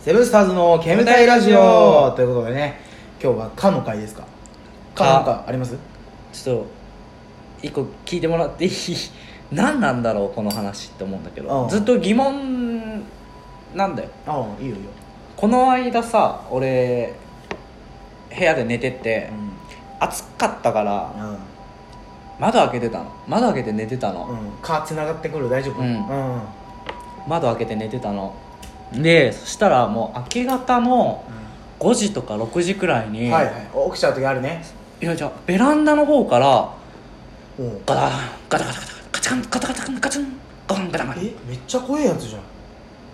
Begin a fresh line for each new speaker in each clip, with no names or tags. セブンスターズの煙たいラジオということでね今日は「か」の回ですか「か」
か
なんかあります
ちょっと一個聞いてもらっていい 何なんだろうこの話って思うんだけ
うん
どずっと疑問なんだよ
ああいいよいいよ、
この間さ俺部屋で寝てて
うん
暑かったから
うん
窓開けてたの窓開けて寝てたの、
うん、かつながってくる大丈夫
うん
うんうん
窓開けて寝てたのでそしたらもう明け方の5時とか6時くらいに、
はいはい起きちゃう時あるね
いやじゃあベランダの方から
うん
ガタガタガタガタガタガタガタガタガタガタガタガタガタっ
えめっちゃ怖いやつじゃん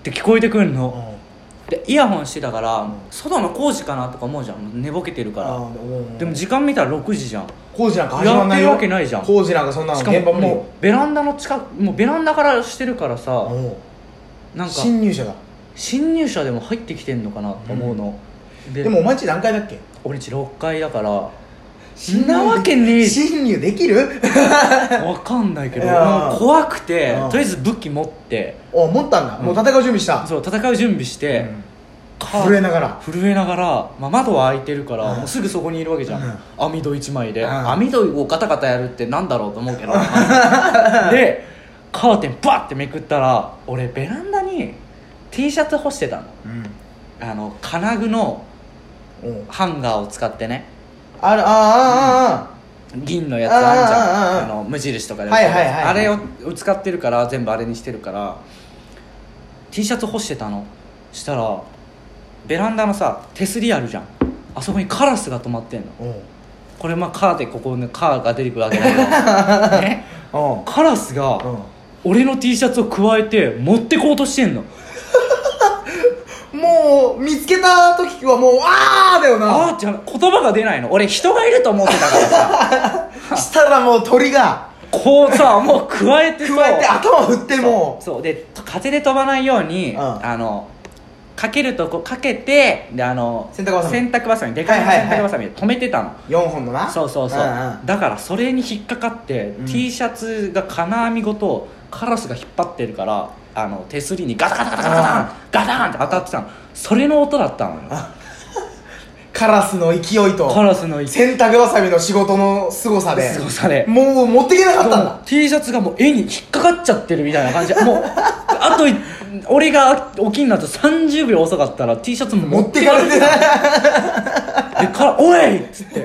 て聞こえてくる
う
の
ん
でイヤホンしてたから、
うん
外の工事かなとか思うじゃん寝ぼけてるから、
あうん
でも時間見たら6時じゃん
工事なんか始まんないよ
やってるわけないじゃん
工事なんかそんなの
しかも
現場無理
も
よ
うベランダの近くもうベランダからしてるからさ、
うん
なんか
侵入者だ
侵入者でも入ってきてんのかなと思うの、で
でもお前んち何階だっけ
俺んち6階 だから
侵入
んなわけねえし
侵入でき る
わかんないけど
いやー
なんか怖くて
うん
とりあえず武器持って
お持ったんだもう戦う準備した
そう戦う準備して、
うん
カー
震えながら
震えながら、まあ、窓は開いてるから、
うん
もうすぐそこにいるわけじゃん、
うん
網戸1枚で、
うん
網戸をガタガタやるってなんだろうと思うけど でカーテンバッてめくったら俺ベランダに T シャツ干してたの
うん
あの金具の
うん
ハンガーを使ってね
あるあーあ
銀のやつあるじゃん
あ
あ
ーあーあー
の無印とかで、
はいはいはいはい
あれを使ってるから全部あれにしてるから T シャツ干してたのしたらベランダのさ手すりあるじゃんあそこにカラスが止まってんの
ーあーうん
これまあカーでここにカーが出てくるわけだけ ど、ね、
うん
カラスが
う
俺の T シャツを加えて持ってこうとしてんの
んもう見つけた時はもうああだよ
あ
な
あって言葉が出ないの俺人がいると思ってたから さ
したらもう鳥が
こうさもう加えてさ
加えて頭振っても
そうそうで風で飛ばないように、
うん
あのかけるとこかけてであの
洗濯バサミ
洗濯バサミでかいの
はいはい
洗
はい
濯バサミで止めてたの、
う4本のな
そうそうそう、
んん
だからそれに引っかかって、
うん
T シャツが金網ごとカラスが引っ張ってるからあの手すりにガタガタガタガタンガタンって当たってたのそれの音だったのよ
カラスの勢い
カ
と
ラスの勢い
洗濯ばさみの仕事の凄さです
ごさで
もう持っていけなかったん
も
だ
う T シャツがもう絵に引っかかっちゃってるみたいな感じでもうあとい俺が起きになって30秒遅かったら T シャツも
持ってかれてない
でから「おい!」っつって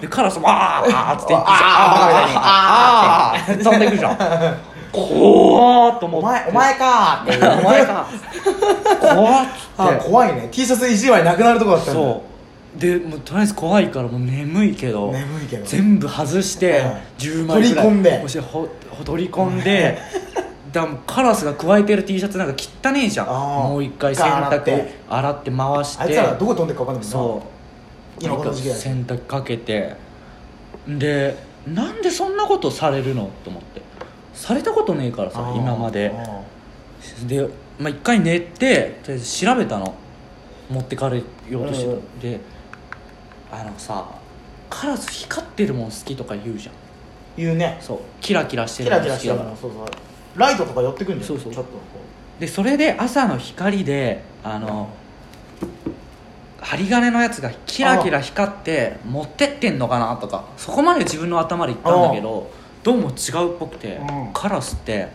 でカラスも「あーあー」っつって言って
あ
あーあーあーあーって飛んでくるじゃん怖ーっと 思
お
って
前お前かーって
お前か怖っ
あ
つって
怖いね T シャツ1枚なくなるとこだったんだ
そうでもうとりあえず怖いからもう眠いけど
眠いけど
全部外して
うん
10枚ぐらい
取り込んで
そしてほほ取り込んでだからもうカラスが加えてる T シャツなんか汚ねえじゃん
あー
もう一回洗
洗っ
濯
て
洗って回して
あいつらがどこ飛んでるか分かんないもん
そう
な今この時期だし
洗濯かけてでなんでそんなことされるのと思ってされたことねえからさ
あー
今まで
あ
で、まあ、一回寝てとりあえず調べたの持ってかれようとして
う
た、
んうん
であのさカラス光ってるもん好きとか言うじゃん
ー言うね
そうキラキラして
キ
るも
ラ
ん
キ
好
ラして
きだ
る
か
かららそうそうライトとか寄ってくるんだよ
そうそう
ちょっとこ
でそれで朝の光であの針金のやつがキラキラ光って持ってってんのかなとかそこまで自分の頭で言ったんだけどどうも違うっぽくて
うん
カラスって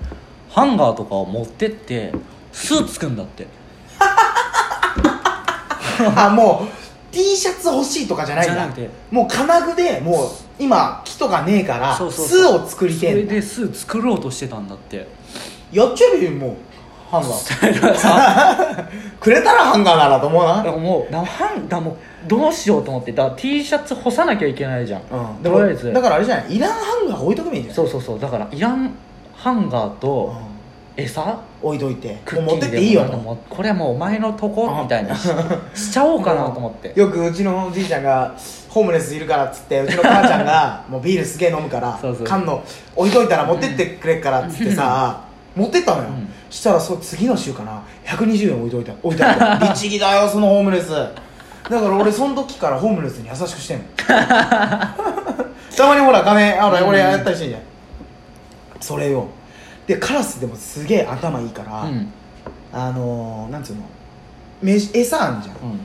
ハンガーとかを持ってってスーつくんだって
う あもう T シャツ欲しいとかじゃないん
じ
だ
ゃなくて
もう金具でもう今木とかねえから
そうそう
巣
そう
を作り
そ
て
れ
えんだ
で巣作ろうとしてたんだって
やっちゃえばいいよもうハンガー くれたらハンガーならと思う
だか
な
らもうだハンだもうどうしようと思ってだから T シャツ干さなきゃいけないじゃん、
うん、で
とりあえず
もだからあれじゃないいらんハンガー置いとけばいいんじゃない
そうそうそうだからいらんハンガー
う
と
ん
餌
置いといて
ク
もう
ッ
持
キー
っ
で
てっていいよ
なんか
と
もうこれはもうお前のとこみたい にししちゃおうかなと思って
よくうちのおじいちゃんがホームレスいるからっつってうちの母ちゃん がもうビールすげえ飲むから
そうそう
缶の置いといたら持ってってくれっからっつってさ持ってったのよ、
うん
したらそう次の週かな120円置いといた置いてあ った律儀だよそのホームレスだから俺その時からホームレスに優しく してんのたまにほら金あ
うん
ら俺やったりしてんじゃん、それよでカラスでもすげえ頭いいから、
うん
あのー、なんつうの飯餌あんじゃん
うん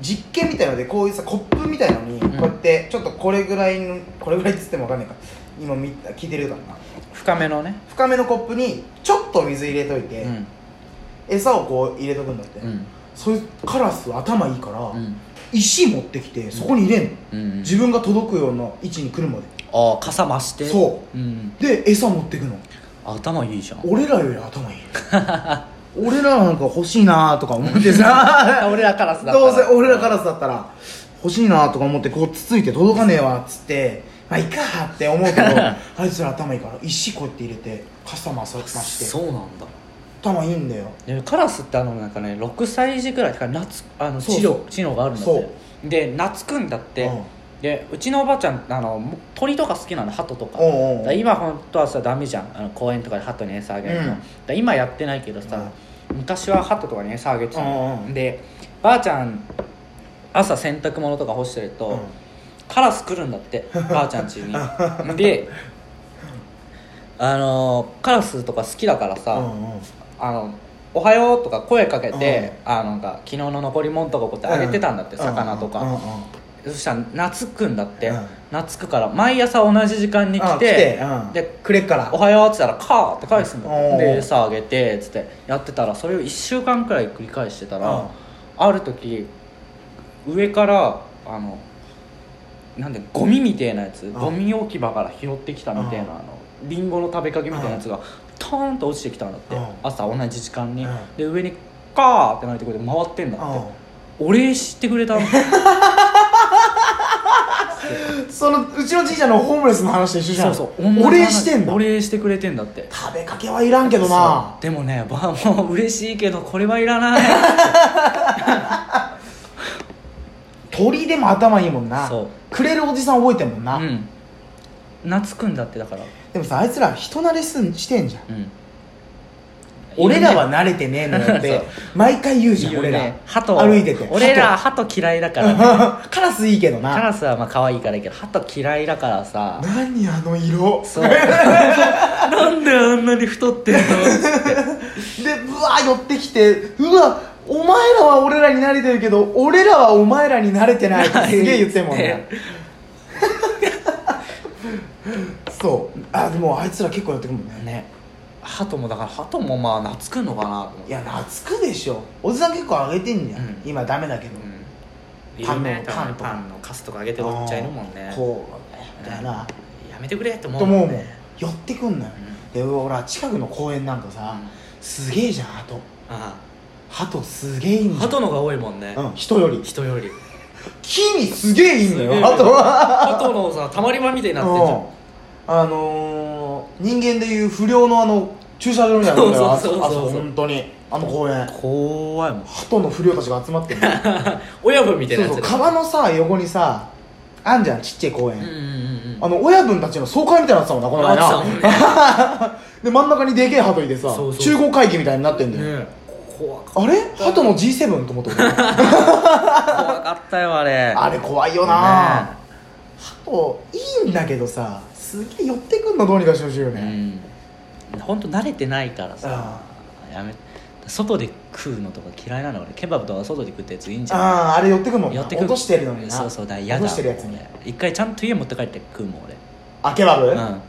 実験みたいのでこういうさコップみたいのにこ
ん
うやってちょっとこれぐらいのこれぐらいっつってもわかんないか今見た聞いてるからな
深めのね
深めのコップにちょっと水入れといて、
うん
餌をこう入れとくんだって、
うん
そういうカラス頭いいから、
うん
石持ってきてそこに入れんの、
うん
自分が届くような位置に来るま
ああ傘増して、
そう
ん、
でで餌持ってくの
頭いいじゃん
俺らより頭い い俺らなんか欲しいなとか思ってさ
俺らカラスだった
どうせ俺らカ
ス
ラスだったら欲しいなとか思ってこうつついて届かねえわっつってまあいいかって思う けどあいつら頭いいから石こうやって入れてカスタマーさまして
そうなんだ
頭いいんだよ
でカラスってあのなんかね6歳児ぐらいから夏あの
そう
知
そう
能知能があるんだってで夏くんだって、
うん
でうちのおばあちゃんあのも鳥とか好きなの鳩とか
おうおうおう
だから今本当はさダメじゃんあの公園とかで鳩に餌あげるの、
うん
だから今やってないけどさ、昔は鳩とかに餌あげてたの、
うんうん
でばあちゃん朝洗濯物とか干してると、
うん
カラス来るんだって ばあちゃん家にであのカラスとか好きだからさ、
うんうん
あの「おはよう」とか声かけて、あのなんか昨日の残り物とかこうやってあげてたんだって、魚とか、
うんうんうん
そしたら夏くんだって、
うん
夏くから毎朝同じ時間に来
あ来
て
てうん
で
くれっか
「
ら
おはよう」っつったら「かー」って返すんだって、
うん
で餌あげてっつってやってたらそれを1週間くらい繰り返してたら、
うん
ある時上からあのなんでゴミみたいなやつ、ゴミ置き場から拾ってきたみた
う
いな、
ん
あのリンゴの食べかけみたいなやつが、トーンと落ちてきたんだって、
うん
朝同じ時間に、
うん
で上に「かー」ってなってこれ回ってんだって、お礼してく れたの
うんそのうちのじいちゃんのホームレスの話と一緒じゃ
そ
ん
うそ
お
う同じ話
礼してんだ
お礼してくれてんだって
食べかけはいらんけどな
そうでもねばもう嬉しいけどこれはいらない
鳥でも頭いいもんな
そう
くれるおじさん覚えてんもんな、
うん懐くんだってだから
でもさあいつら人慣れすんしてんじゃん
うん
俺らは慣れてねえのよって
そう
毎回言うじゃん
言う
俺ら
ね鳩
歩いてて
俺ら鳩嫌いだからね
鳩 カラスいいけど
カ
な
ラスはまあ可愛いからいいけど鳩嫌いだからさ
何あの色
そうなんであんなに太ってんの
でうわ寄ってきてうわお前らは俺らに慣れてるけど俺らはお前らに慣れてない ってすげえ言ってんもんね そうあでもあいつら結構やってくるもんね
ね鳩もだから鳩もまあ懐くのかなと思って
いや懐くでしょおじさん結構あげてんじゃん、
うん
今ダメだけど、
うん、
パンの
いるね
パンとか
パンのカスとかあげておっちゃいるもんね
こうだよな、
やめてくれって思
と
う
思うもん
ね
寄ってくんのよ、で俺は近くの公園なんかさ、
うん
すげえじゃん鳩
あ
鳩すげえいいん
あ
じゃん
鳩のが多いもんね、
うん、人より
人より
木にすげえいいの
すげえ
よ鳩は
鳩のさたまり場みたいになってんじゃん
うんあのー、人間でいう不良のあの駐車場みたいなもんだよ
そうそうそうそう
ああそこ本当にあの公園
怖いもん
鳩の不良たちが集まってるの
親分みたいなやつ
そうそう
だ
川のさ横にさあんじゃんちっちゃい公園、
うんうんうん
あの親分たちの総会みたいになってたもんなこの前
なってた
な で真ん中にでけえ鳩いてさ
そうそう
中国会議みたいになってんだよ、
ね怖か
あれ鳩の G7 と思って た
怖かったよあれ
あれ怖いよな、
ね
鳩いいんだけどさすげえ寄ってくんのどうにかしてほしいよ
う
ね、
ん本当慣れてないからさ
あ
やめ外で食うのとか嫌いなの俺ケバブとか外で食ったやついいんじゃん
あああれ寄ってくんもん
寄
な
ってく
落としてるのにな
そうそうだ嫌
落
だ
としてるやつに
俺一回ちゃんと家持って帰って食うもん俺
あケバブ、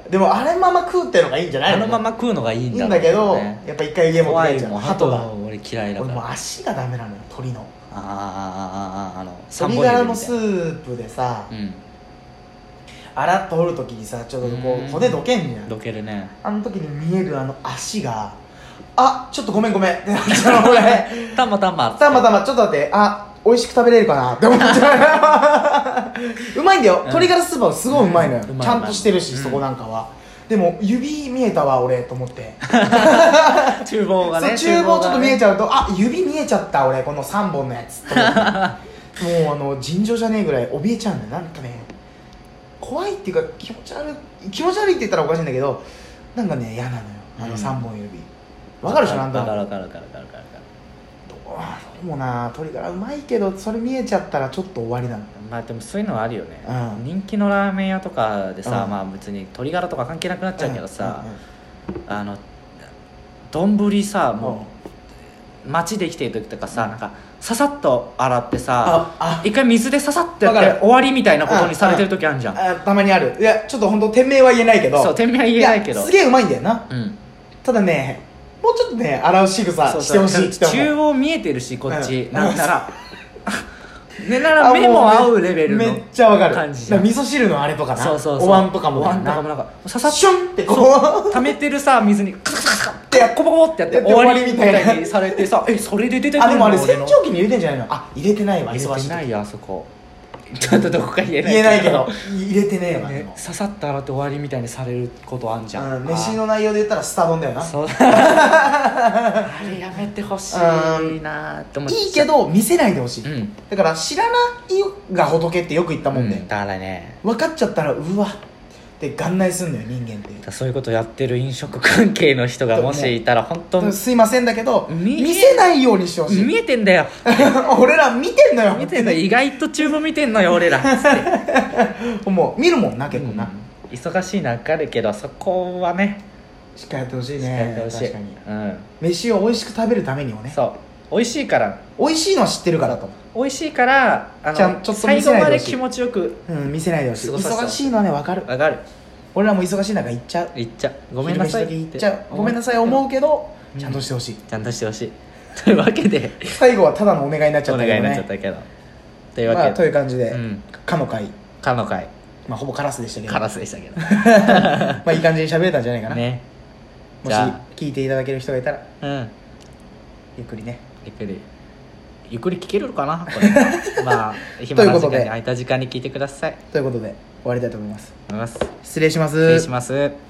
う
でもあれまま食うってのがいいんじゃない
あのまま食うのがいい
いい
ん
ん
だろう
だけど、
ね
やっぱ一回家持って
怖
帰っ
い
ちゃう
もん
鳩
鳩
が
が俺嫌いだ
俺
から
もう
あ
足がダメなのよ鳥の
あああああの三
鶏
本
ガラ
指みたいな
のスープでさ、
うん
洗って取るときにさちょっとこ
うん
う骨どけんじゃん
どけるね
あの時に見えるあの足があちょっとごめんごめんってなっちゃうの俺
たまたま
たまたまちょっと待ってあ美味しく食べれるかなって思っちゃううまいんだよ、
ん
鶏ガラスープはすごいうまいのよ、
うんうまい
ちゃんとしてるし、
うまい
そこなんかはでも指見えたわ俺と思って、
厨房が
そう
ね
厨房ちょっと見えち
ゃ
ゃうと、あ指見えちゃった俺この3本のやつと 思ってもうあの尋常じゃねえぐらい怯えちゃうんだよなんかね怖いっていうか気持ち悪い気持ち悪いって言ったらおかしいんだけどなんかね嫌なのよあ
う
の
ん
3本指わ、かるでしょなんだ
わかるわかるわかるわかるわかる
どうでもな鶏ガラうまいけどそれ見えちゃったらちょっと終わりなの
まあでもそういうのはあるよね、
うん
人気のラーメン屋とかでさ、
うん
まあ別に鶏ガラとか関係なくなっちゃうけどさ、
うんうん
あの丼さもう、街で生きてる時とかさ、なんかささっと洗ってさ
ああ
一回水でささっとやっ
わかる
て終わりみたいなことにされてる時あるじゃん
あたまにあるいやちょっと本当店名は言えないけど
そう店名は言えないけど
やすげえうまいんだよな
うん
ただねもうちょっとね洗う仕
そ
草
う
してほしいって
そう
思う
中央見えてるしこっち、
うん
なんな らねな
あ
ら
う
目も合うレベルの
めっちゃわかる
感じじゃん
だから味噌汁のあれとかな
そうそうそう
お椀とかも
お
だよ
椀と
な
かもなんかささっ
シュンってこ
そう
う
溜めてるさ水にカカカカカ
ってやっ
コボコボってやって
やって
終わりみ
終わりみたいな
たいにされてさえそれで出てくるの
あでもあれ
俺
洗
の
浄機に入れてんじゃないのあ入れてないわ
入
忙
れ
してい
ないよあそこちょっとどこか言えない
言えないけど入れてねえわで
ね
も
ささっと洗って終わりみたいにされることあんじゃん、
うん飯の内容で言ったらスタ丼だよ
あ
な
ーそうあれやめてほしいなと思って
いいけど見せないでほしい
うん
だから知らないが仏ってよく言ったもん
う
で
んだからね
分かっちゃったらうわって眼内すんのよ人間って
だからそういうことやってる飲食関係の人がもしいたら本当
うんすいませんだけど
見え
見せないようにしてほしい
見えてんだよ
俺ら見てんのよ
見てんだよ意外と注文見てんのよ俺ら
もう見るもんな結構な、
うん忙しいのは分かるけどそこはね
しっかりやってほしい
しっかりやっ
ね
てほしい、
確かに
うん、
飯を美味しく食べるためにもね
そう美味しいから
美味しいのは知ってるからと
美味しいからあの
ちゃんちょっと
最
見せ
後
ない
ま
で
で
ほしい
気持ちよく
うん見せないでほしい
過ごさせて
忙しいのはね分かる
分かる
俺らも忙しい中行っちゃう
言っちゃうごめんなさい
昼飯時行っちゃうごめんなさい思うけど、
うん
ちゃんとしてほしい
ちゃんとしてほしいというわけで
最後はただのお願いになっちゃ
お
った
願
けど
いになっちゃっ
ね
たけどというわけ
ま
で、
あという感じで、
うん
かの会、
かの会
まあ、ほぼカラスでしたけど
カラスでしたけ
まあいい感じに喋れたんじゃないか
ど
な、
ね
も
じ
し
ゃあ
聞いていただける人がいたら
うん
ゆっくりね
ゆっくりゆっくり聞けるのかな これまあ暇な
というこ
時
と
間
で
に空いた時間に聞いてください
ということで終わりたいと思います
思います
失礼します
失礼します